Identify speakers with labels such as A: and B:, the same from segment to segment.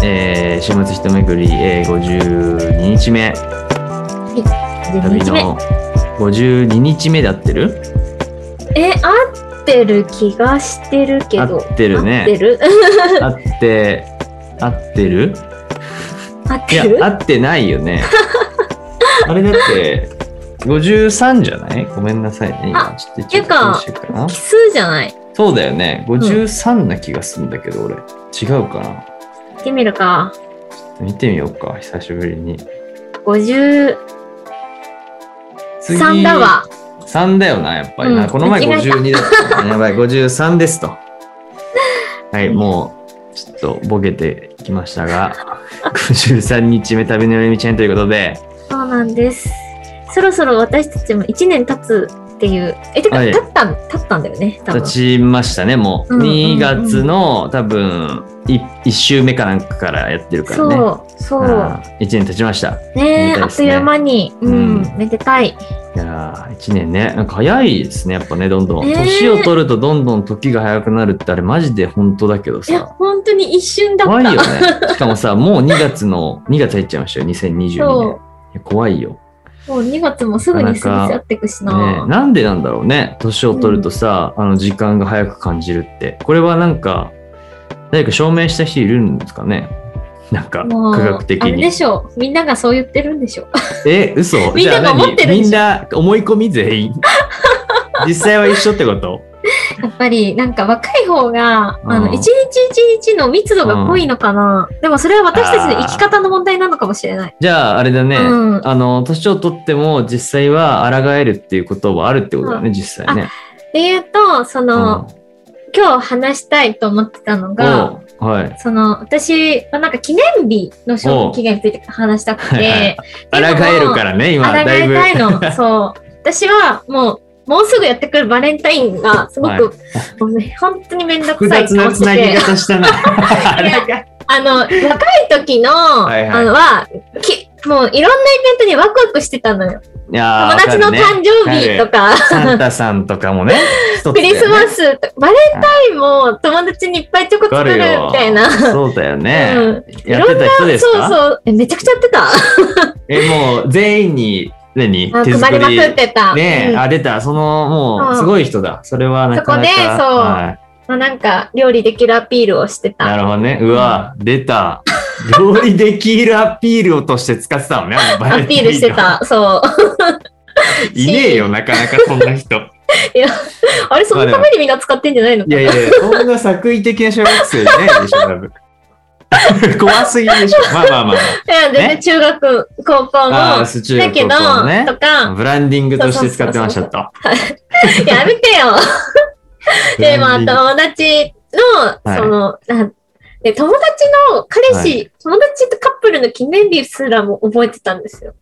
A: 週末ひとめくり、えー、52日目旅
B: 日目
A: の52日目で合ってる
B: え合ってる気がしてるけど
A: 合ってるね
B: 合ってる
A: 合って合ってる
B: 合っ
A: い
B: て
A: や
B: る
A: 合ってないよ ねあれだって53じゃないごめんなさいね今
B: あ
A: ちょっと
B: ていうか
A: 確認してるかな
B: 奇数じゃない行
A: そうだよね53な気がするんだけど、俺違うかな
B: ってみるか
A: 見てみようか久しぶりに
B: 53
A: 次
B: だわ
A: 3だよな、やっぱりな。
B: うん
A: この前
B: 間違えた
A: 52だったね。やばい、53です と。はい、もう、ちょっとボケてきましたが、53日目旅の寄り道編ということで、
B: そうなんですそろそろ私たちも1年経つっていうえてか、
A: はい
B: 経ったん経ったんだよね多分
A: 立ちましたね、もう。
B: うんうんうん
A: 2月の多分い、1週目かなんかからやってるからね。
B: そうそう
A: 1年経ちました。
B: ね
A: みたい
B: あ
A: で
B: っ
A: す
B: と
A: ね
B: いう間にうん、
A: うん
B: めでたい
A: いや1年ね、なんか早いですね、やっぱね、どんどん。
B: ね
A: 年を取るとどんどん時が早くなるって、あれマジで本当だけど
B: い
A: さ。
B: や本当に一瞬だった
A: 怖いよね。 しかもさ、もう2月の、2月入っちゃいましたよ、2022
B: そ
A: 年。いや怖いよ、
B: もう2月もすぐに過ぎちゃってくし
A: ね
B: な。
A: え。なんでなんだろうね。年を取るとさ、あの時間が早く感じるって。これはなんか、誰か証明した人いるんですかねなんか、
B: もう
A: 科学的
B: あれで
A: に。
B: しょう。みんながそう言ってるんでしょう。
A: え、嘘
B: みんなが思ってるでしょ
A: みんな思い込み全員。 実際は一緒ってこと
B: やっぱりなんか若い方が、
A: うん
B: あの、一日一日の密度が濃いのかな。でもそれは私たちの生き方の問題なのかもしれない。
A: じゃあ、あれだね。
B: うん
A: あの、年を取っても実際は抗えるっていうことはあるってことだね、実際ね。
B: で言うと、その、
A: うん
B: 今日話したいと思ってたのが、
A: おうはい。
B: その、私はなんか記念日の賞味期限について話したく
A: はいはい
B: て、
A: 抗えるからね、今、
B: 抗い
A: だいぶ。
B: たいの。 そう。私はもう、もうすぐやってくるバレンタインがすご
A: はい
B: く、もうね本当にめんどく
A: 複
B: さい
A: 雑な
B: 顔し
A: つ
B: て
A: なぎ
B: て、
A: 方したな。
B: あの、若い時の、
A: はいはい
B: あのは、きもういろんなイベントにワクワクしてたのよ。
A: いや
B: 友
A: ー
B: 達の
A: わかる
B: 誕生日とか、
A: ねサンタさんとか もね、一つだよ
B: ク
A: ね
B: リスマスとか、バレンタインも友達にいっぱいチョコ
A: わか
B: 作るみ
A: るよ
B: たいな。
A: そうだよね。
B: うん
A: やってた人です
B: そう
A: か
B: そう。えめちゃくちゃやってた。
A: え、もう全員に、何
B: あ
A: 手
B: 配
A: 作
B: りまく
A: り。
B: ってた。
A: ね
B: うん
A: あ、出た。その、も
B: う
A: う、
B: ん
A: すごい人だ。それはなかなか。
B: そこでそう
A: は
B: まあ、なんか、料理できるアピールをして
A: いな
B: た。
A: るほどね。うわ、出た。料理できるアピールをとして使ってたのね。あのバ
B: ア
A: レンタイン
B: ピールしてた。そう。
A: の。いねえよ、なかなかそんな人。
B: あれ、そのためにみんな使ってんじゃないの
A: いやいやいや、そんな作為的な小学生じゃないでしょ、多分。 怖すぎでしょ。まあまあまあ
B: いや、全
A: ね
B: 然中学、高校も、
A: まあ。あ
B: だ
A: あ、スチュー
B: けど、
A: ね。
B: とか、
A: ブランディングとして使ってましたと。
B: やめてよ。で、まあ、
A: ブランディング
B: 友達
A: はい
B: の、その、なんで友達の彼氏、
A: はい
B: 友達とカップルの記念日すらも覚えてたんですよ。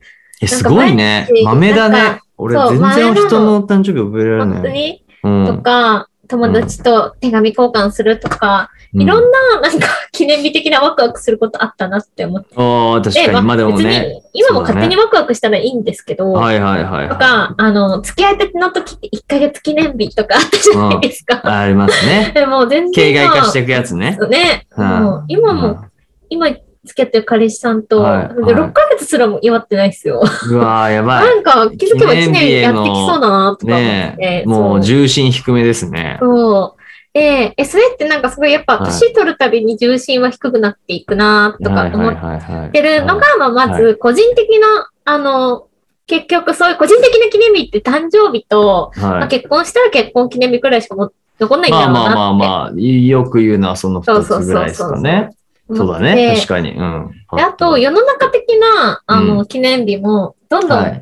A: え、すごいね
B: なん。か
A: 豆だ
B: なん
A: ね
B: か。
A: 俺
B: そう
A: 全然
B: 豆なの
A: 人の誕生日覚えられ
B: 本当
A: ない。
B: に、
A: うん
B: とか、友達と手紙交換するとか、いろんな、なんか、記念日的なワクワクすることあったなって思って。
A: ああ、確か
B: ま
A: に。まあでも
B: 別
A: ね。
B: に、今も
A: そうだね
B: 勝手にワクワクしたらいいんですけど、
A: はいはいはい
B: と
A: は
B: か、あの、付き合いたての時って1ヶ月記念日とかあったじゃないです
A: い。
B: か。
A: あります ね。
B: でもう全然。
A: 形骸化していくやつね。
B: ね。
A: うん
B: もう今も、今付き合ってる彼氏さんと、
A: はいはい
B: 6ヶ月すらも祝ってないですよ。
A: うんうわーやばい。
B: なんか気づけば1年やってきそうだなとか思っ
A: ね
B: て。
A: え。
B: そ
A: もう重心低めですね。
B: そう。で、え、それってなんかすごいやっぱ
A: はい
B: 年取るたびに重心は低くなっていくなとか思っ
A: はいはいはいはい
B: てるの
A: は
B: が、まあま
A: は
B: ず個人的な、あの、結局そういう個人的な記念日って誕生日と、
A: いはい
B: まあ、結婚したら結婚記念日くらいしかも残んないんだ
A: ま
B: ろ
A: あ
B: うな
A: ま
B: っ
A: あ
B: て。
A: まあまあ、よく言うのはその
B: そう
A: 二
B: そ
A: つぐ
B: うそ
A: らいうです
B: そう
A: かね。そうだね。確かに。うん。
B: であと、世の中的な、あの、
A: う
B: 記念日も、どんど
A: は
B: ん
A: い。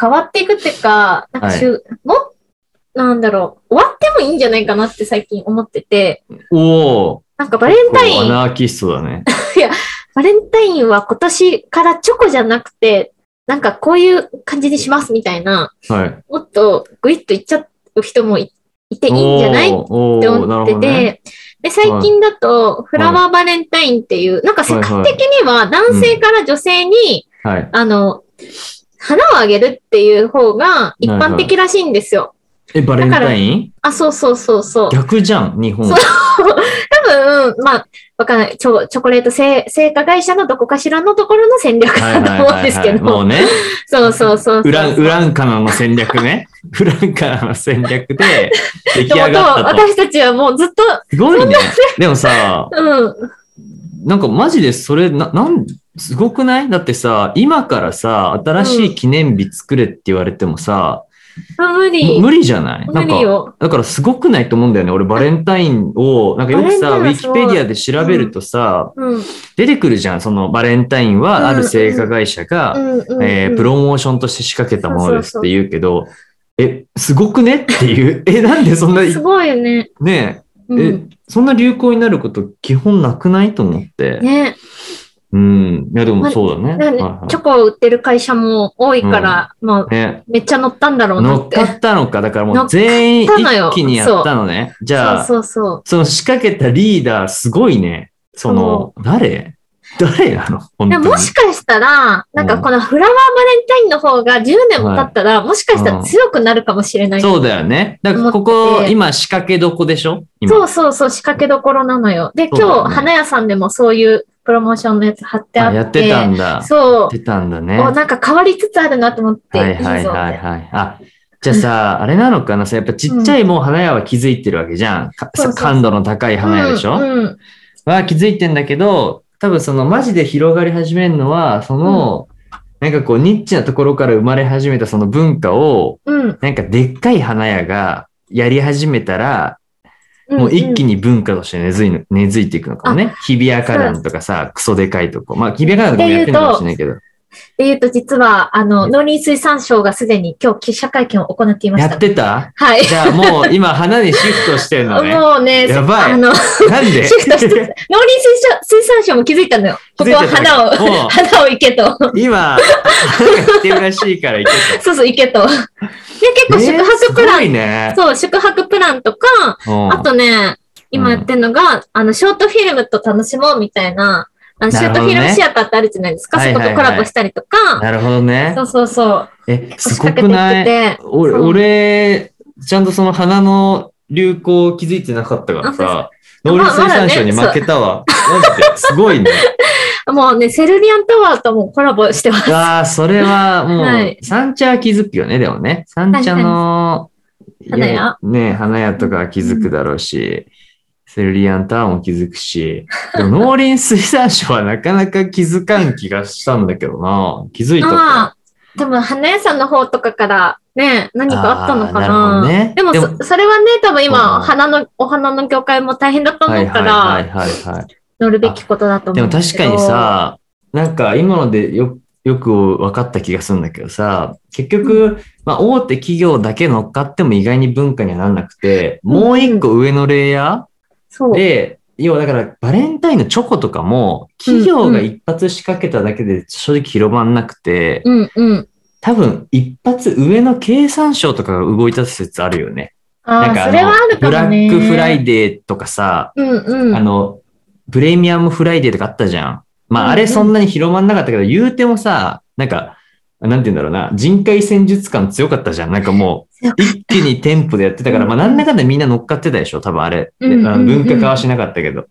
B: 変わっていくっていうか、なんかしゅ、もっ、なんだろう、終わってもいいんじゃないかなって最近思ってて、
A: おお。
B: なんかバレンタ
A: こう
B: イ
A: ア
B: ン、
A: ナーキストだね。
B: バレンタインは今年からチョコじゃなくて、なんかこういう感じにしますみたいな、
A: はい。
B: もっとグイッといっちゃう人もいいていいんじゃない
A: お
B: っ
A: ー
B: て
A: おーな
B: 思
A: る
B: っ
A: ほ
B: て
A: ど
B: て、
A: ね
B: で、最近だと、フラワーバレンタインっていう、なんか世界的には男性から女性に、
A: はい。
B: あの、花をあげるっていう方が一般的らしいんですよ。
A: え、バレンタイン
B: あ、そうそうそうそう。
A: 逆じゃん、日本。
B: そう多分、まあ、わかんない、チョチョコレート製製菓会社のどこかしらのところの戦略
A: はい
B: だ
A: はい
B: と思うん
A: は
B: で
A: い、
B: すけ
A: はい。
B: ど、
A: もうね、
B: そうそうそうそう。
A: ウラン、ウランカナの戦略 ね。ウランカナの戦略で出来
B: でも
A: 上がったと。
B: 私たちはもうずっと、
A: すごいね。でもさ、
B: うん、
A: なんかマジでそれ、な、なん、すごくないだってさ、今からさ、新しい記念日作れって言われてもさ、
B: あ無理。
A: 無理じゃないな
B: 無
A: ん
B: 理
A: か、
B: よ。
A: だからすごくないと思うんだよね。俺バレンタインを、なんかよくさ、ウ
B: バ
A: ィ
B: レンタインは
A: キ
B: すごい
A: ペディアで調べるとさ、
B: うん。
A: 出てくるじゃん。そのバレンタインはある製菓会社が、
B: うんうんうん
A: えープロモーションとして仕掛けたものですって言うけど、え、すごくねっていう。 え、なんでそんな、
B: すごいよね。
A: ね
B: う
A: え
B: ん、、
A: そんな流行になること基本なくないと思って。
B: ね
A: うん。いや、でもそうだね。
B: なんで
A: はいはい
B: チョコを売ってる会社も多いから、まあ、
A: ね、
B: めっちゃ乗ったんだろうな
A: 乗
B: っ
A: ってか。ったのか。だからも
B: 乗
A: う
B: っ
A: 全員
B: 乗っかったのよ
A: 一気にやったのね。じゃあ、そ
B: そうそう
A: の仕掛けたリーダーすごいね。その、誰誰なの
B: そう。
A: 本
B: で
A: 当に。
B: もしかしたら、なんかこのフラワーバレンタインの方が10年も経ったら、もしかしたら強くなるかもしれない。
A: そうだよね。だからこ
B: 思
A: こ
B: っ、て
A: 今仕掛けどこでしょ今
B: そうそうそう、仕掛けどころなのよ。で、
A: そうだよね
B: 今日、花屋さんでもそういうプロモーションのやつ貼ってあっ
A: あ
B: て。
A: やってたんだ。
B: そ
A: やってたんだ
B: う。
A: ね。
B: おなんか変わりつつあるなと思って。
A: はいはい
B: いぞって
A: はいはい。あ、じゃあさ、あれなのかなさ、やっぱちっちゃいもう花屋は気づいてるわけじゃん。か
B: そうそうそう
A: 感度の高い花屋でしょ、
B: うんうん
A: は気づいてんだけど、多分そのマジで広がり始めるのは、その、なんかこうニッチなところから生まれ始めたその文化を、
B: うん
A: なんかでっかい花屋がやり始めたら、
B: うん。
A: もう一気
B: に。
A: に文化として根付いの根付いていくのかもね。日比谷花壇とかさ、クソでかいとこ。まあ、日比谷花壇とかもやってるのかもしれないけど。
B: で言うと、実は、あの、農林水産省がすでに今日記者会見を行っていまし
A: や
B: た
A: っ。てた
B: はい。
A: じゃあもう今花にシフトしてるのね。
B: もうね、
A: やばい
B: あの、
A: なんで
B: シフトして農林水産水産省も気づいたのよ。ここは花を
A: 気づいてたもう、
B: 花を行けと。
A: 今、花が来てるらしいから行け
B: そうそう、行 けと。で、結
A: と。
B: 構宿
A: えーす
B: 泊プラ
A: ご
B: ン、
A: いね。
B: そう、宿泊プランとか、
A: うん
B: あとね、今やってるのが、あの、ショートフィルムと楽しもうみたいな、あのシ
A: な
B: ョ
A: る
B: ー
A: ほど
B: ト
A: ね
B: フィルムシアターってあるじゃないですか、
A: はいはいはい
B: そことコラボしたりとか、
A: なるほどね
B: そ。うそうそう、
A: え、す
B: 仕
A: ご
B: 掛け
A: く
B: て
A: な
B: き
A: い
B: てて、
A: 俺、
B: そう
A: 俺ちゃんとその花の流行気づいてなかったからさ、
B: あ
A: 農
B: そ
A: 林
B: う
A: 水産省に
B: まあまだね
A: 負けたわ。マジですごい ね。
B: もうね、セルリアンタワーともコラボしてます。
A: ああ、それはも
B: は
A: う
B: い、
A: 三茶は気づくよね、でもね。三茶の、
B: 花屋
A: いやね、花屋とかは気づくだろうし、セルリアンタワーも気づくし、でも農林水産省はなかなか気づかん気がしたんだけどな。気づいたか。
B: ああ、多分花屋さんの方とかからね、何かあったのかな。
A: あーなるほどね
B: でも
A: で
B: そ
A: も
B: それはね、多分
A: そう
B: 今、
A: ね
B: 花の、お花の業界も大変だと
A: は
B: 思
A: いう
B: か
A: は
B: ら、
A: いはいはいはい。
B: 乗るべきことだと思
A: で
B: う
A: も
B: んだ
A: 確
B: けど。
A: かに、さ、なんか今のでよよく分かった気がするんだけどさ、結局、まあ大手企業だけ乗っかっても意外に文化にはなんなくて、もう一個上のレイヤー、
B: そう。
A: で、要はだからバレンタインのチョコとかも企業が一発仕掛けただけで正直広まんなくて、
B: うんうん。
A: 多分一発上の経産省とかが動いた説あるよね。
B: ああ、
A: か
B: それはある
A: ブ
B: か
A: ラ
B: も
A: ッ
B: ね。
A: クフライデーとかさ、
B: うんうん。
A: あの、プレミアムフライデーとかあったじゃん。ま
B: う
A: あ
B: んうん
A: あれそんなに広まんなかったけど、言うてもさ、なんか、なんて言うんだろうな、人海戦術感強かったじゃん。なんかもう
B: 強、
A: 一気に店舗でやってたから、
B: うん
A: まあなんだかんだみんな乗っかってたでしょ、多分あれ。で
B: うんうんうん
A: あの文化化はしなかったけど。っ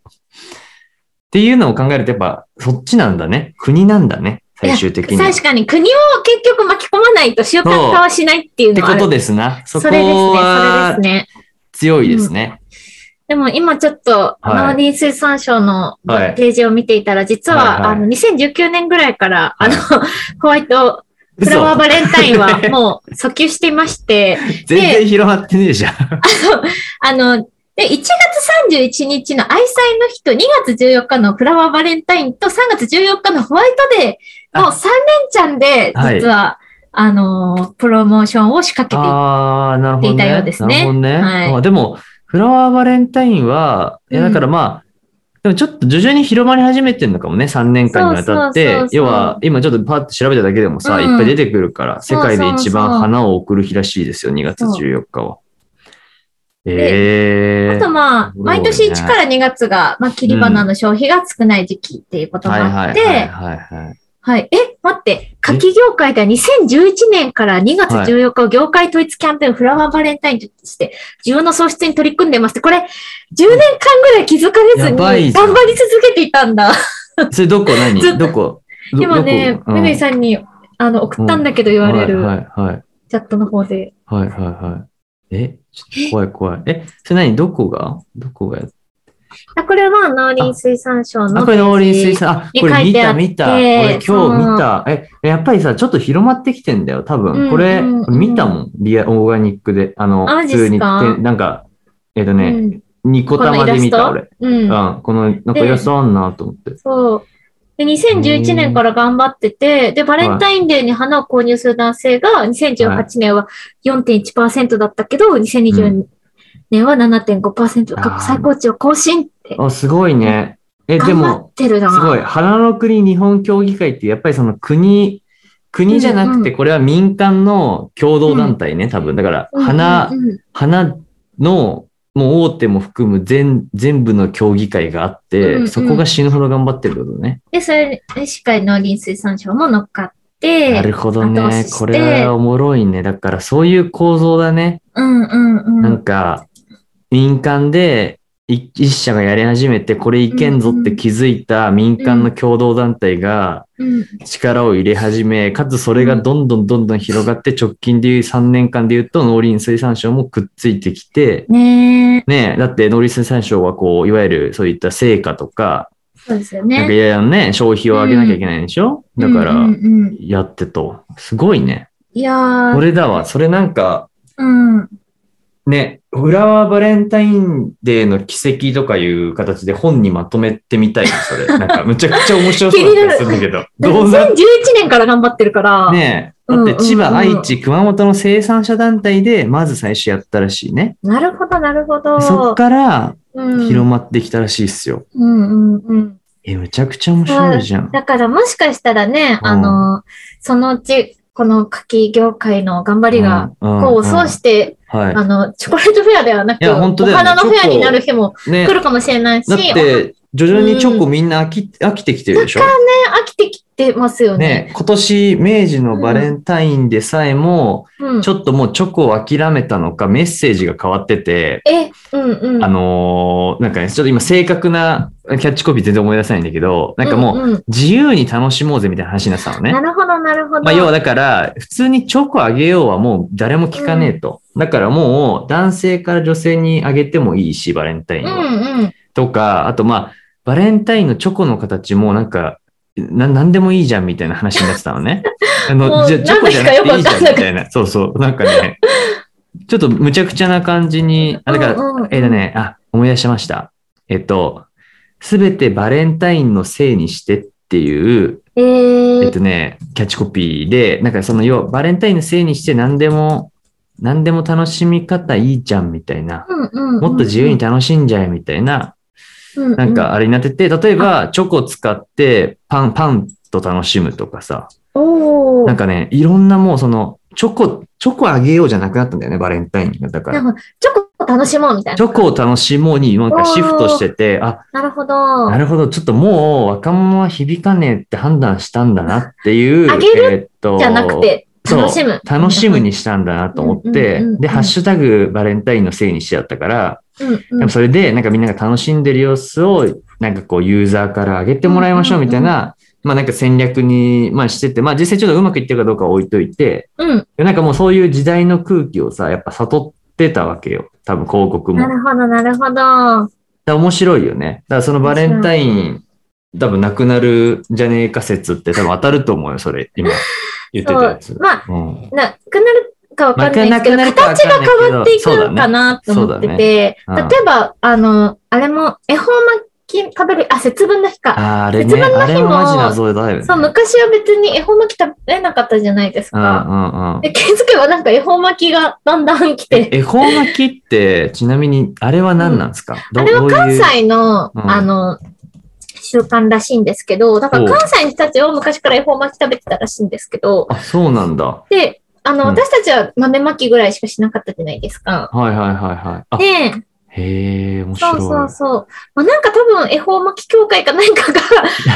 A: ていうのを考えると、やっぱそっちなんだね。国なんだね、最終的には。っ
B: 確かに国を結局巻き込まないと習慣化はしないっていう
A: て
B: のはあ
A: こ
B: る。
A: とですな。そこ
B: それですね、それ
A: は
B: ですね。
A: 強いですね。
B: でも今ちょっと、
A: はい
B: 農林水産省の
A: はい
B: ページを見ていたら、実は、
A: はいはい
B: あの、2019年ぐらいから、あの、ホワイトフ
A: 嘘
B: ラワーバレンタインはもう訴求していまして、
A: 全然広まってねえじゃん。
B: あの、で、1月31日の愛妻の日と2月14日のフラワーバレンタインと3月14日のホワイトデーの
A: あ
B: 3連チャンで、
A: はい
B: 実は、あの、プロモーションを仕掛けていて
A: ああ、なるほど、ね。
B: っていたようですね
A: なるほどね。
B: はい
A: あでも、フラワーバレンタインは、いや
B: う
A: だ
B: ん
A: からまあ、でもちょっと徐々に広まり始めてるのかもね、3年間にわたって。
B: そうそうそうそう
A: 要は、今ちょっとパッと調べただけでもさ、
B: うん
A: いっぱい出てくるから、世界で一
B: そうそう
A: 番
B: そう
A: 花を贈る日らしいですよ、2月14日は。ええ
B: あとまあ、
A: すごいね
B: 毎年1から2月が、まあ、切り花の消費が少ない時期っていうこともあっ
A: はいはい
B: て、
A: はいはいはい。
B: はい。え、待って。柿業界では2011年から2月
A: はい
B: 14日を業界統一キャンペーンフラワーバレンタインとして、需要の創出に取り組んでますって、これ、10年間ぐらい気づかれず
A: や
B: に、頑
A: ばいじゃん
B: 張り続けていたんだ。
A: それどこ
B: ずっと
A: 何どこど
B: 今ね、
A: どこう
B: めぐいさんに、あの、送ったんだけど言われる、
A: はいはいはい。
B: チャットの方で。
A: はいはいはい。え、ちょっと怖い怖い。え、それ何どこがどこがやっ
B: あ、これは農林水産省の。
A: あ、これ農林水。産、あ、これ見
B: に書いてあ
A: た
B: って
A: 見た。これ今日見た。え、やっぱりさ、ちょっと広まってきてんだよ、多
B: うん
A: 分。これ、
B: うんうん
A: 見たもん。リア、オーガニックで。あの、
B: あマ
A: 普
B: ジっす
A: 通に、
B: か
A: てなんか、えっと
B: う
A: ね、
B: ん。
A: ニコ玉で見た、
B: このイ
A: 俺
B: ラ。
A: う
B: う。
A: んん、この、なんか
B: で
A: 良さあんなと思って。
B: そう。で、2011年から頑張ってて、で、バレンタインデーに花を購入する男性が、2018年は4.1%だったけど、2020年は7.5%、
A: あー
B: 過去最高値を更新って。
A: あ、すごいね。え、で
B: 頑張
A: も
B: っ、てるな。
A: すごい。花の国日本協議会って、やっぱりその国、国じゃなく
B: うんう
A: て、これは民間の共同団体ね、多分。だから、
B: うんうんうん。
A: 花、花の、もう大手も含む全、全部の協議会があって、
B: うんうん
A: そこが死ぬほど頑張ってるってことね。
B: で、それにしっかり農林水産省も乗っかって。
A: なるほど
B: 後押
A: ね
B: しし。て
A: これはおもろいね。だからそういう構造だね。
B: うんうんう。
A: なんんか、民間でい一社がやり始めて、これいけんぞって気づいた民間の共同団体が
B: うん
A: 力を入れ始め、かつそれがどんどんどんどん広がって、直近でいう3年間で言うと農林水産省もくっついてきて、
B: ねえ。
A: ねえ、だって農林水産省はこう、いわゆるそういった成果とか、
B: そうですよ
A: なんかい
B: ね。
A: やいやね、消費を上げなきゃいけないでしょ、だか
B: うんう
A: ら、
B: んうん
A: やってと。すごいね。
B: いやー
A: これだわ。それなんか、
B: うん。
A: ね、フラワーバレンタインデーの奇跡とかいう形で本にまとめてみたいな、それ。なんか、むちゃくちゃ面白そうだったりするんだけど。どうな
B: 2011年から頑張ってるから。
A: ねえ。
B: う
A: だ
B: ん
A: って千葉、
B: うんうん
A: 愛知、熊本の生産者団体で、まず最初やったらしいね。
B: なるほど、なるほど。
A: でそっから
B: うん
A: 広まってきたらしいっすよ。
B: うんうんうん。
A: え、むちゃくちゃ面白いじゃん。
B: だからもしかしたらね、
A: うん
B: あの、そのうち、この柿業界の頑張りが、
A: うん、
B: こ
A: こ
B: う、そうして、
A: はい
B: あの、チョコレートフェアではなく、
A: いや本当だ
B: お
A: よね
B: 花のフェアになる日も
A: ね
B: 来るかもしれないし、
A: だっ
B: お花ね、
A: て、徐々にチョコみんな飽き,、飽きてきてるでしょ
B: 飽きてきてますよね。
A: ね、今年、明治のバレンタインでさえも、
B: うん、
A: ちょっともうチョコを諦めたのか、メッセージが変わってて、
B: え、うんうん。
A: あのーなんかね、ちょっと今正確なキャッチコピー全然思い出せないんだけど、なんかもう、
B: うんうん
A: 自由に楽しもうぜみたいな話になってたのね
B: な。るほど、なるほど。
A: まあ、要はだから、普通にチョコあげようはもう誰も聞かねえと。だからもう、男性から女性にあげてもいいし、バレンタイン
B: う
A: は。
B: んうん。
A: とか、あとまあ、バレンタインのチョコの形もなんか、な、なんでもいいじゃんみたいな話になってたの ね。あ
B: もう
A: の、じゃあチョコじゃなくていいじゃんみ
B: なんだかよくわか
A: たいな。そうそう。なんかね、ちょっとむちゃくちゃな感じに、あ、だから、
B: うんうんうん
A: えっとね、あ、思い出しました。えっと、すべてバレンタインのせいにしてっていう、
B: えー、
A: えっとね、キャッチコピーで、なんかその要はバレンタインのせいにして何でも、何でも楽しみ方いいじゃんみたいな。
B: うんうんうん
A: もっと自由に、楽しんじゃえみたいな
B: うう
A: なん、かあれになってて、例えばチョコ使ってパン、パンと楽しむとかさ、
B: おー
A: なんかね、いろんなもうその、チョコ、チョコあげようじゃなくなったんだよね、バレンタインが。だか
B: な
A: ら、
B: んかチョコを楽しもうみたいな。
A: チョコを楽しもうになんかシフトしてて、あ、
B: なるほど。
A: なるほど、ちょっともう若者は響かねえって判断したんだなっていう、
B: あげる
A: えーっと
B: じゃなくて、
A: そう
B: 楽しむ。
A: 楽しむ。にしたんだなと思って、
B: うんうんうんうん
A: で、ハッシュタグバレンタインのせいにしちゃったから、
B: うんう
A: や
B: ん
A: っぱ、それで、なんかみんなが楽しんでる様子を、なんかこうユーザーから上げてもらいましょうみたいな、まあなんか戦略に、まあしてて、まあ実際ちょっとうまくいってるかどうかは置いといて、
B: うん。
A: なんかもうそういう時代の空気をさ、やっぱ悟ってたわけよ。多分広告も。
B: な
A: だか
B: るほど、なるほど。
A: ら面白いよね。だからそのバレンタイン、多分なくなるんじゃねえか説って多分当たると思うよ、それ。今言ってたや
B: そ
A: つ
B: う。。まあ、
A: うん。
B: なくなるかわかんないですけど、
A: まあなくなる
B: 形
A: かわかんない
B: が
A: けど
B: 変わっていく
A: そうだ
B: の
A: ね
B: かなと思ってて、
A: そうだねうん
B: 例えば、あの、あれも、恵方巻き食べる、あ、節分の日か。
A: あーあれ
B: 節
A: ね、
B: 分の日も
A: あれもマジ謎だよね。
B: そう、昔は別に恵方巻き食べなかったじゃないです
A: うん
B: か。
A: うんうん。
B: で、気づけばなんか恵方巻きがだんだん来て、
A: え恵方巻きって、ちなみに、あれは何なんですか、ど
B: あれは
A: どう
B: 関
A: いう
B: 西の、
A: うん
B: あの、習慣らしいんですけど、だから
A: おう
B: 関西の人たちは昔から恵方巻き食べてたらしいんですけど、
A: あ、そうなんだ。は
B: で、あの、
A: うん
B: 私たちは豆巻きぐらいしかしなかったじゃないですか。
A: いはいはいはい。あ、
B: で、
A: へへえ、面白い。
B: そうそうそう。まあ、なんか多分恵方巻き協会か 何かが、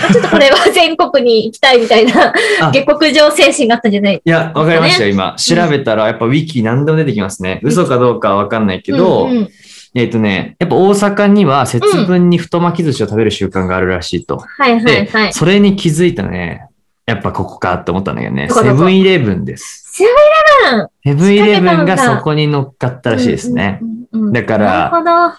B: あちょっとこれは全国に行きたいみたいな
A: あ、
B: 下克上精神があったんじゃない
A: いや、わかりましたよ、今。調べたら、やっぱウィキ何でも出てきますね。嘘かどうかはわかんないけど、
B: うんうん
A: えっ、とね、やっぱ大阪には節分に太巻き寿司を食べる習慣があるらしいと。
B: はいはいはい。
A: それに気づいたね、やっぱここかって思ったんだけどね、
B: どこど
A: セ
B: こ
A: ブンイレブンです。
B: セブンイレブン
A: セブンイレブン
B: 仕掛けたん
A: が
B: だ
A: そこに乗っかったらしいですね。。
B: うんうんうん
A: だから
B: な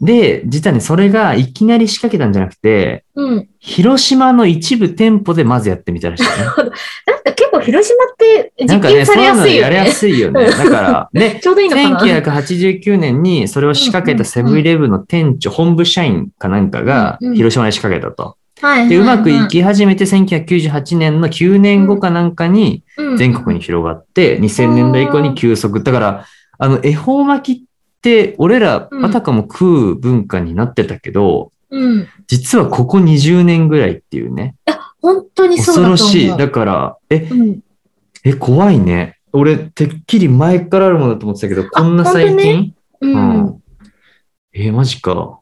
B: る
A: で、実はね、それがいきなり仕掛けたんじゃなくて、
B: ほど。うん。
A: 広島の一部店舗でまずやってみたらしいね。
B: なんか結構広島って
A: なん
B: 実
A: かね、
B: 験
A: そ
B: さ
A: う
B: れ
A: いう
B: や
A: の
B: すい
A: や
B: よ
A: りや
B: ね。
A: すいよね。だから、ね、
B: ちょうどいいのかな
A: 1989年にそれを仕掛けたセブンイレブンの店長、本部社員かなんかが
B: うんうん
A: 広島で仕掛けたと。
B: はいはいはい
A: で、うまくいき始めて1998年の9年後かなんかに全国
B: に。
A: に広がって、2000年代以降に急速。だから、あの、恵方巻きって俺ら
B: うん
A: あたかも食う文化になってたけど、
B: うん。
A: 実はここ20年ぐらいっていうね。
B: 本当にそう
A: 恐
B: だと思
A: ろ
B: う。
A: しい。だから、え、
B: うん。
A: え、怖いね。俺、てっきり前からあるものだと思ってたけど、こんな最
B: 本当
A: 近、
B: う。
A: うんん。えーマジか。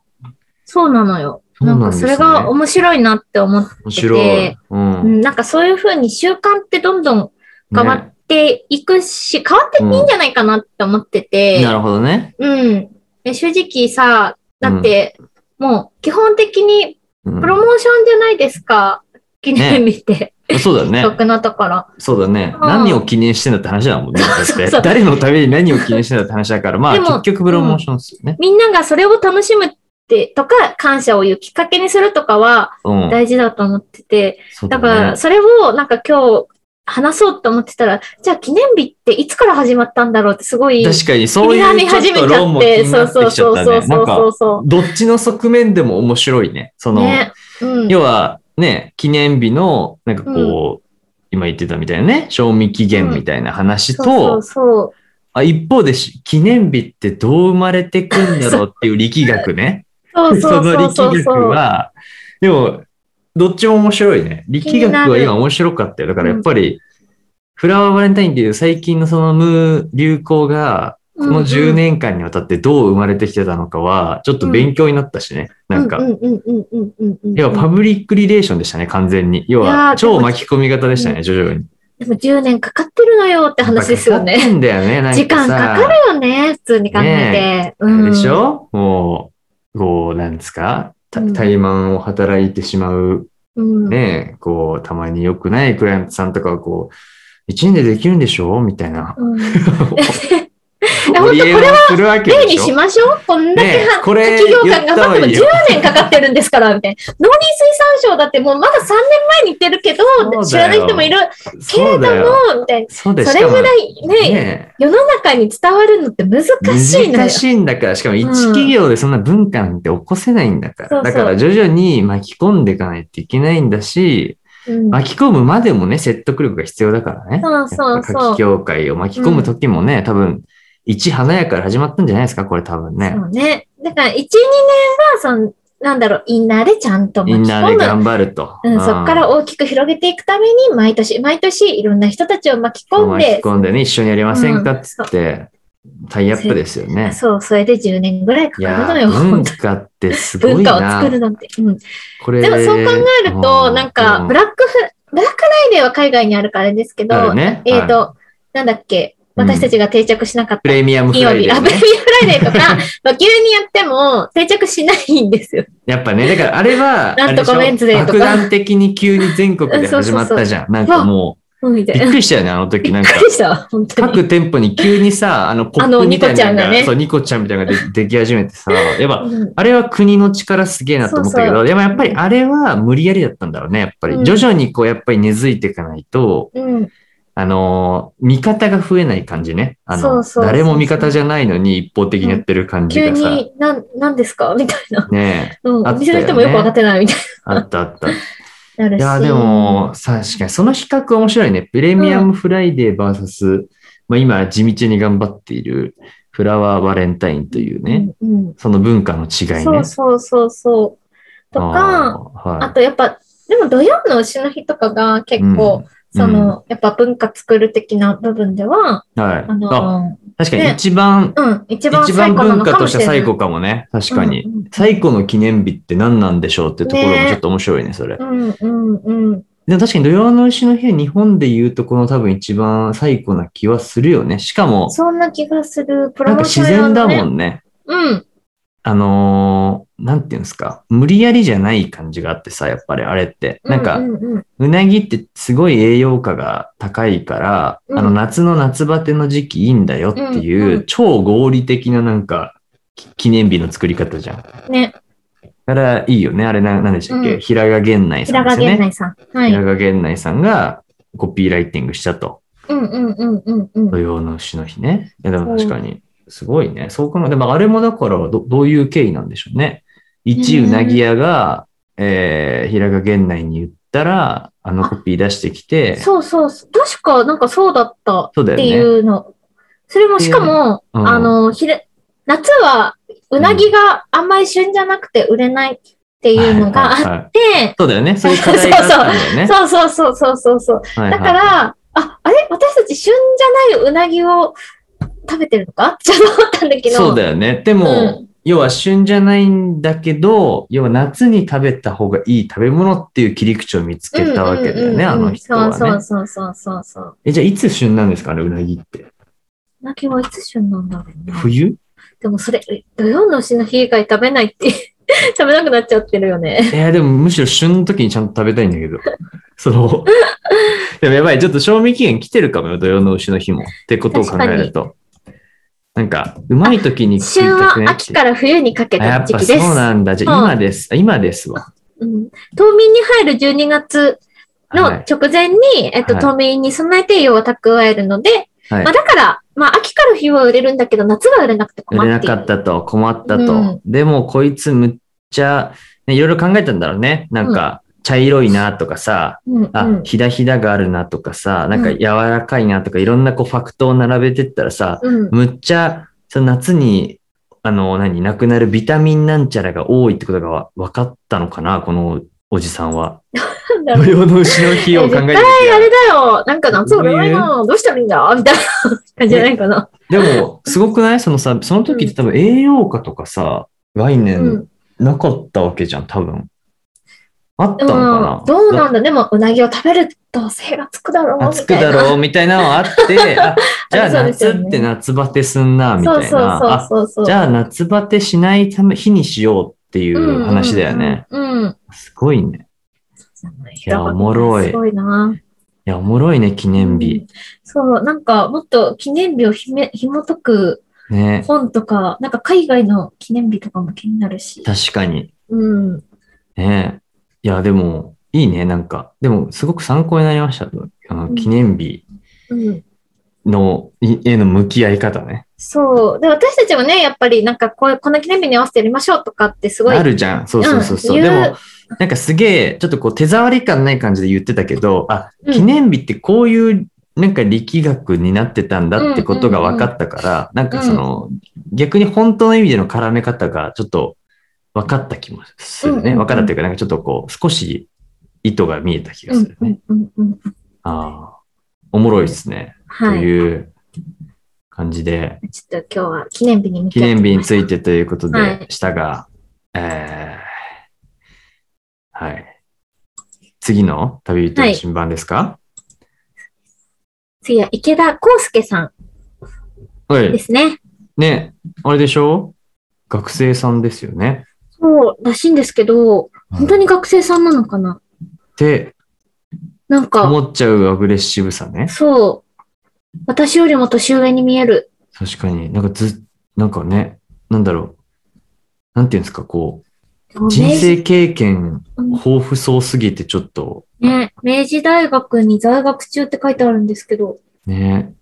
B: そうなのよ。
A: そう
B: な
A: なんで
B: んか
A: す
B: そ
A: ね
B: れが面白いなって思っ
A: 面白い。うん。
B: うん、なんかそういうふうに習慣ってどんどん変わっていくし、変わっていいんじゃないかなって思って
A: ね
B: て
A: な、るほどね。
B: うん。で正直さ、だって、もう基本的に
A: うん
B: プロモーションじゃないですか。記念日って、
A: そうだね。
B: 僕のところ。
A: そうだね
B: う。ん
A: 何を記念してんだって話だもんね。だっ
B: そう
A: て
B: そう
A: 誰のために何を記念してんだって話だから、まあ
B: でも
A: 結局プロモーションですよね。
B: みんながそれを楽しむってとか、感謝を言うきっかけにするとかは
A: うん。
B: 大事だと思ってて、
A: そう
B: だ
A: だ
B: から
A: ね。
B: それをなんか今日話そうと思ってたら、じゃあ記念日っていつから始まったんだろうってすごい
A: 確かに
B: 気
A: そう
B: にな
A: いうち
B: り
A: ょっ
B: 始め
A: と
B: ちゃ
A: 論
B: っ
A: も気
B: て、
A: に
B: そ
A: な
B: う
A: って
B: そう
A: きちゃ
B: そ
A: っ
B: う
A: た
B: そう
A: ね。な
B: そ
A: ん
B: うそ
A: か、
B: うそ。
A: どっちの側面でも面白いね。そうの、
B: ね。うん。
A: 要はね、記念日の、なんかこう、今言ってたみたいなね、賞味期限みたいな話と、
B: そうそう
A: あ一方でし記念日ってどう生まれてくんだろうっていう力学ね。
B: そう。
A: そ
B: そ
A: の
B: うそうそうそう
A: 力学
B: そう。
A: は、でも、どっちも面白いね。力
B: 気にな
A: 学は
B: る
A: 今面白かったよ。だからやっぱり、フラワーバレンタインっていう最近のそのムー流行が、この10年間にわたってどう生まれてきてたのかは、ちょっと勉強になったしね。なんか
B: う、んうんうんうんうんうん。
A: 要はパブリックリレーションでしたね、完全に。要
B: いや
A: は
B: ー、
A: 超巻き込み型でしたね、徐々に。
B: でも10年かかってるのよって話ですよ
A: かかって
B: ね。
A: んだよね、なん
B: 時間かかるよね、普通に考えて。
A: あ
B: う
A: れ
B: ん。
A: でしょ、もう、こう、なんですかた
B: うん
A: 怠慢を働いてしまう、
B: うん。
A: ね、こう、たまに良くないクライアントさんとかはこう、一年でできるんでしょみたい な。
B: うん。いや、
A: 折
B: 本
A: り
B: 当
A: 合い
B: これ
A: を
B: は
A: するわけ
B: 例
A: で
B: に
A: し
B: し
A: ょ
B: ましょう。こんだけ
A: ね
B: は、
A: これ
B: 企業間頑張っても
A: 言った方がいい
B: 10
A: よ
B: 年かかってるんですから、みたいな。農林水産省だってもうまだ3年前に行ってるけど
A: そうだ、よ
B: 知らない人もいるけれ
A: そ
B: ど
A: うだよ。
B: も、みたい
A: そうだ
B: な。
A: よ。
B: それぐらい
A: しかも
B: ね、
A: ね
B: 世の中に伝わるのって難しいんだよ
A: 難。しいんだから、しかも一企業でそんな文化なんて起こせないんだから。
B: うんそ
A: だ
B: うそう
A: から徐々に巻き込んでいかないといけないんだし、
B: うん
A: 巻き込むまでもね、説得力が必要だからね。
B: そうそうそう
A: やっぱ夏季協会を巻き込む時もね、多分、一花屋から始まったんじゃないですか、これ多分ね
B: そ。うね。だから、1、2年は、その、なんだろう、インナーでちゃんと
A: みん
B: 巻き
A: なで
B: 込む。
A: 頑張ると。
B: うん、そこから
A: うん
B: 大きく広げていくために、毎年、毎年、いろんな人たちを巻き込ん
A: 巻
B: で
A: き、込んでね、一緒にやりませんか
B: う
A: っ
B: ん
A: て言って、タイアップですよね。
B: そう、それで10年ぐらいか
A: い
B: かる
A: や
B: の
A: ー、
B: よ、
A: 文
B: 本当
A: 化ってすごい
B: 文化を
A: な
B: 作。るなんて。うん。
A: これ
B: でも、そう考えると、なんか、ブ
A: ラ
B: ラックフ、ブラックフライデーは海外にあるからあれですけど、
A: ね、
B: えっ、と、
A: はい、
B: なんだっけ、私たちが定着しなかった
A: プ。レミアムフ
B: 金曜
A: ライ
B: 日、
A: デーね
B: あ、プレミアフライデーとか、 まあ急にやっても定着しないんで すよ。
A: やっぱね、だからあれは、
B: なんとか
A: あれ
B: メン
A: でしょ
B: ズデーと
A: 爆
B: か
A: 弾的に急に全国で始まったじゃん。なんかも
B: うんみ
A: う、
B: たい
A: び
B: な。
A: っくりしたよね、あの時。なん
B: び
A: か
B: っく、りしたわ、本当に。
A: 各店舗に急にさ、あの、ポップみたいなの
B: あのニコちゃんがね
A: そう、ニコちゃんみたいなのがででき始めてさ、やっぱ、
B: うん
A: あれは国の力すげえなと思ったけ
B: そう
A: ど、でもやっぱりあれは無理やりだったんだろうね、やっぱ
B: う
A: り。
B: ん
A: 徐々にこう、やっぱり根付いていかないと、
B: うん、
A: あのー、味方が増えない感じね。あ
B: そう
A: の
B: そう、
A: 誰も味方じゃないのに一方的にやってる感じ
B: 急
A: がさ、
B: に、なん、なんですかみたいな。
A: ね
B: うん、
A: あ
B: お
A: ったよね
B: 店の人もよくわかってないみたい
A: え、あったあ った。
B: になるし。
A: いやー、で、も、確かに、その比較面白いね。プレミアムフライデー VS、まあ今、地道に頑張っているフラワーバレンタインというね、
B: うん。うん
A: その文化の違いね。
B: そうそうそうそう。と
A: あ
B: か、
A: ーはい、
B: あとやっぱ、でも土曜の牛の日とかが結構、
A: うん
B: その、やっぱ文化作る的な部分では、
A: はい。
B: あの
A: あ、
B: ー
A: 確かに
B: ね
A: 一番、
B: うん、一番
A: 一
B: 最
A: 番
B: 古な
A: 文
B: の
A: 化
B: かも
A: とし
B: してれない。
A: 最古かもね。確かに
B: うんうん。
A: 最古の記念日って何なんでしょうってところも
B: ね
A: ちょっと面白いね、それ。
B: うん、うん、うん。
A: でも確かに土曜の牛の日は日本で言うとこの多分一番最古な気はするよね。しかも、
B: そんな気がする。プ
A: な
B: ロ
A: ん
B: モ
A: か
B: ーシ
A: 自
B: ョン用
A: 然だ
B: のね
A: もんね。
B: うん。
A: あのーなんていうんですか。無理やりじゃない感じがあってさ、やっぱりあれって。なんか
B: う、んうんうん
A: うなぎってすごい栄養価が高いから、
B: うん
A: あの夏の夏バテの時期いいんだよっていう、
B: うんうん
A: 超合理的ななんかき記念日の作り方じゃん。だ
B: ね、
A: からいいよね。あれな何でしたっけ、
B: うん
A: 平賀源内さ
B: 平
A: んで
B: 賀
A: すよね。
B: 源内さん。はい。
A: 平賀源内さんがコピーライティングしたと。
B: うんうんうんうんうん。
A: 土曜の丑の日ね。いやでも確かにすごいね。そう考えて、まあ、あれもだからどどういう経緯なんでしょうね。一
B: うん
A: うなぎ屋が、えー、平賀源内に言ったら、あのコピー出してきて、
B: そうそうそう。確か、なんかそうだった
A: そうだよ
B: って
A: ね
B: いうの。それも、
A: で
B: しかも、
A: うん
B: あの、ひれ、夏は、うなぎがあんまり旬じゃなくて売れないっていうのがあっ
A: はいはいはい
B: て、
A: そうだよね。そういう課題があったんだよね。
B: そうそうそうそうそうそう。
A: はいは
B: だ
A: い
B: から、あ、あれ私たち旬じゃないうなぎを食べてるのかちょっと思ったんだけど。
A: そうだよね。でも、
B: う
A: 要は旬じゃないんだけど、要は夏に食べた方がいい食べ物っていう切り口を見つけたわけだよ
B: うんうんうんう
A: ね、
B: ん
A: あの人は
B: そう
A: ね。
B: そうそうそうそう。
A: え、じゃあいつ旬なんですかね、うなぎって。
B: うなぎはいつ旬なんだろうね。
A: 冬
B: でもそれ、え土曜の牛の日以外食べないって、 食べなくなっちゃってるよね。
A: いや、でもむしろ旬の時にちゃんと食べたいんだけど。 その、 でもやばい、ちょっと賞味期限来てるかもよ、土曜の牛の日も。ってことを考えると。なんか、うまい時に食い
B: 旬
A: た
B: は
A: くねって
B: 秋から冬にかけて
A: あや
B: の
A: っ
B: 時
A: ぱ
B: 期です。
A: そうなんだ。じゃあ
B: うん
A: 今です。あ今ですわ。
B: うん冬眠に入る12月の
A: はい
B: 直前に、えっと、
A: はい
B: 冬眠に備えて用を蓄えるので、
A: はい
B: まあだから、まあ秋から冬は売れるんだけど、夏は売れなくて困
A: 売れ
B: っ
A: な
B: ている。
A: かったと、困った
B: う
A: と。でも、こいつむっちゃ、ね、いろいろ考えたんだろうね。なんか、茶色いなとかさ、
B: うん
A: あ、
B: うん
A: ひだひだがあるなとかさ、なんか
B: うん
A: 柔らかいなとか、いろんなこうファクトを並べてったらさ、
B: うん。
A: むっちゃ、その夏に、あの、何、なくなるビタミンなんちゃらが多いってことがわ分かったのかな、このおじさんは。
B: なんだろ
A: 無
B: う
A: 料の牛の日を考えてる時は
B: あれだよなんか夏売れな いなどうしたらいいんだみたいな感じじゃないかな。
A: でも、すごくないそのさ、その時って多分栄養価とかさ、概
B: うん
A: 念なかったわけじゃん、多分。あった
B: で
A: の
B: も
A: かな
B: どうなんだでも、うなぎを食べると背がつくだろう
A: あ
B: み
A: つ
B: た
A: く
B: い
A: だ
B: な。
A: ろうみたいなのあって、あじ ゃあ
B: そうで
A: 夏
B: すよね
A: って夏バテすんな、みたい
B: そ
A: な。
B: うそうそうそう。
A: あじゃあ夏バテしないため日にしようっていう話だよね。。
B: うんうんうん。うん
A: すごいね。いやおもろい
B: すごいな。
A: いや、おもろいね、記念
B: う
A: 日
B: ん。そう、なんか、もっと記念日をひめ、紐解く
A: ね。
B: 本とか、なんか海外の記念日とかも気になるし。
A: 確かに。
B: うん。
A: ねいや、でも、いいね、なんか。でも、すごく参考になりました。あの
B: うん
A: 記念日。
B: うん。
A: の、いへの向き合い方ね。
B: そう。で、私たちもね、やっぱりなんかこう、この記念日に合わせてやりましょうとかってすごい。
A: あるじゃん。そうそうそうそう。
B: うん
A: で
B: 言う
A: も、なんかすげえ、ちょっとこう手触り感ない感じで言ってたけど、あ、
B: うん
A: 記念日ってこういう、なんか力学になってたんだってことが分かったから、なんかその、逆に本当の意味での絡め方がちょっと分かった気もする
B: うんうん
A: ね。
B: うん
A: 分かったというか、なんかちょっとこう、少し意図が見えた気が
B: う
A: す
B: ん
A: る
B: う
A: ね。
B: んうんうん。
A: ああ、おもろいですね。
B: は
A: と
B: い。
A: いう感じで。
B: ちょっと今日は記念日に向き
A: 記
B: 合って
A: 念日
B: み
A: に
B: まし
A: ついてということ
B: はい
A: でしたが、えーはい。次の旅人の新版ですか
B: 次は池田康介さ
A: はい、
B: んですね。
A: ね、あれでしょ学生さんですよね。
B: そう、らしいんですけど、本当
A: っ
B: に学生さんなのかな
A: て
B: なんか、
A: 思っちゃうアグレッシブさね。
B: そう。私よりも年上に見える。
A: 確かになんかず、なんかね、なんだろう。なんていうんですか、こう、人生経験豊富そうすぎてちょっと、
B: ね、明治大学に在学中って書いてあるんですけど、
A: ね、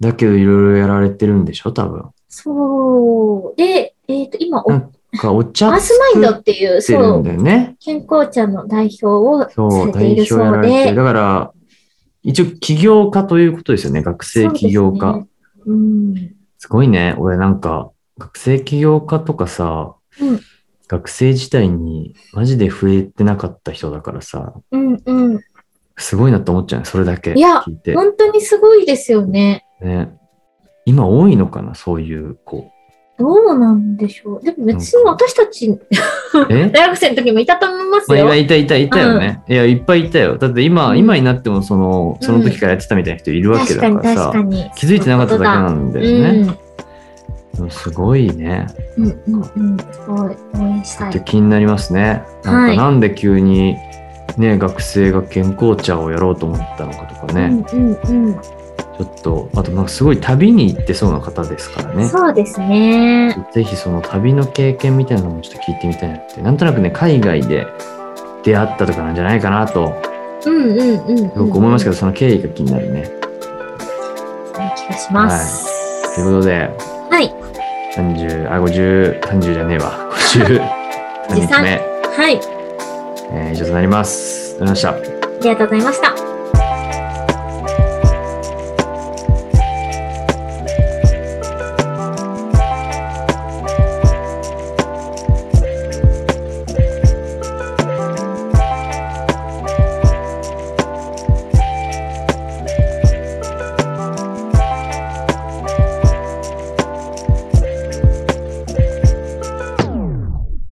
A: だけどいろいろやられてるんでしょ多分。
B: そう。で、えっ、と、今、お
A: なんかお茶
B: アースマインドっていう、
A: して
B: そ
A: るん
B: う、
A: だよね。
B: 健康茶の代表を
A: そ
B: さ
A: う、
B: れて
A: 代
B: いる
A: 表
B: そ
A: やら
B: う
A: れてる。
B: で、
A: だから、一応起業家ということですよね。学生起業家。
B: そ
A: す
B: うですねうん。
A: ごいね。俺なんか、学生起業家とかさ、
B: うん
A: 学生時代にマジで増えてなかった人だからさ、
B: うんうん。
A: すごいなと思っちゃうね。それだけ
B: いや
A: 聞いて。
B: 本当にすごいですよね。
A: ね、今多いのかなそういう子。
B: どうなんでしょう。でも別に私たち、
A: え
B: 大学生の時もいたと思います
A: まあ、い
B: よ。
A: やいたいたいたよね、いやいっぱいいたよだって今、
B: うん
A: 今になってもそのその時からやってたみたいな人いるわけ
B: 確
A: だ
B: か
A: か
B: に
A: ら
B: 確
A: さ、
B: かに。
A: 気づいてなかっただけなんだよね、でもすごいね
B: うんうんうんうん。すごい。応援し
A: ちょ
B: た
A: っと
B: い。
A: 気になりますね、な
B: は
A: ん
B: い
A: かなんで急にね学生が健康茶をやろうと思ったのかとか
B: う
A: ね、
B: んうんうん。
A: ちょっとあとなんかすごい旅に行ってそうな方ですからね
B: そうですね。
A: ぜひその旅の経験みたいなのもちょっと聞いてみたいなってなんとなくね海外で出会ったとかなんじゃないかなと
B: うんうんうんうん。
A: すごく思いますけ
B: ど。
A: ど、その経緯が気になるね
B: 気がします。
A: ということで
B: はい。
A: 30あ50 30じゃねえわ50 3日目、
B: はい。
A: えー以上となりますありがとうございました
B: ありがとうございました。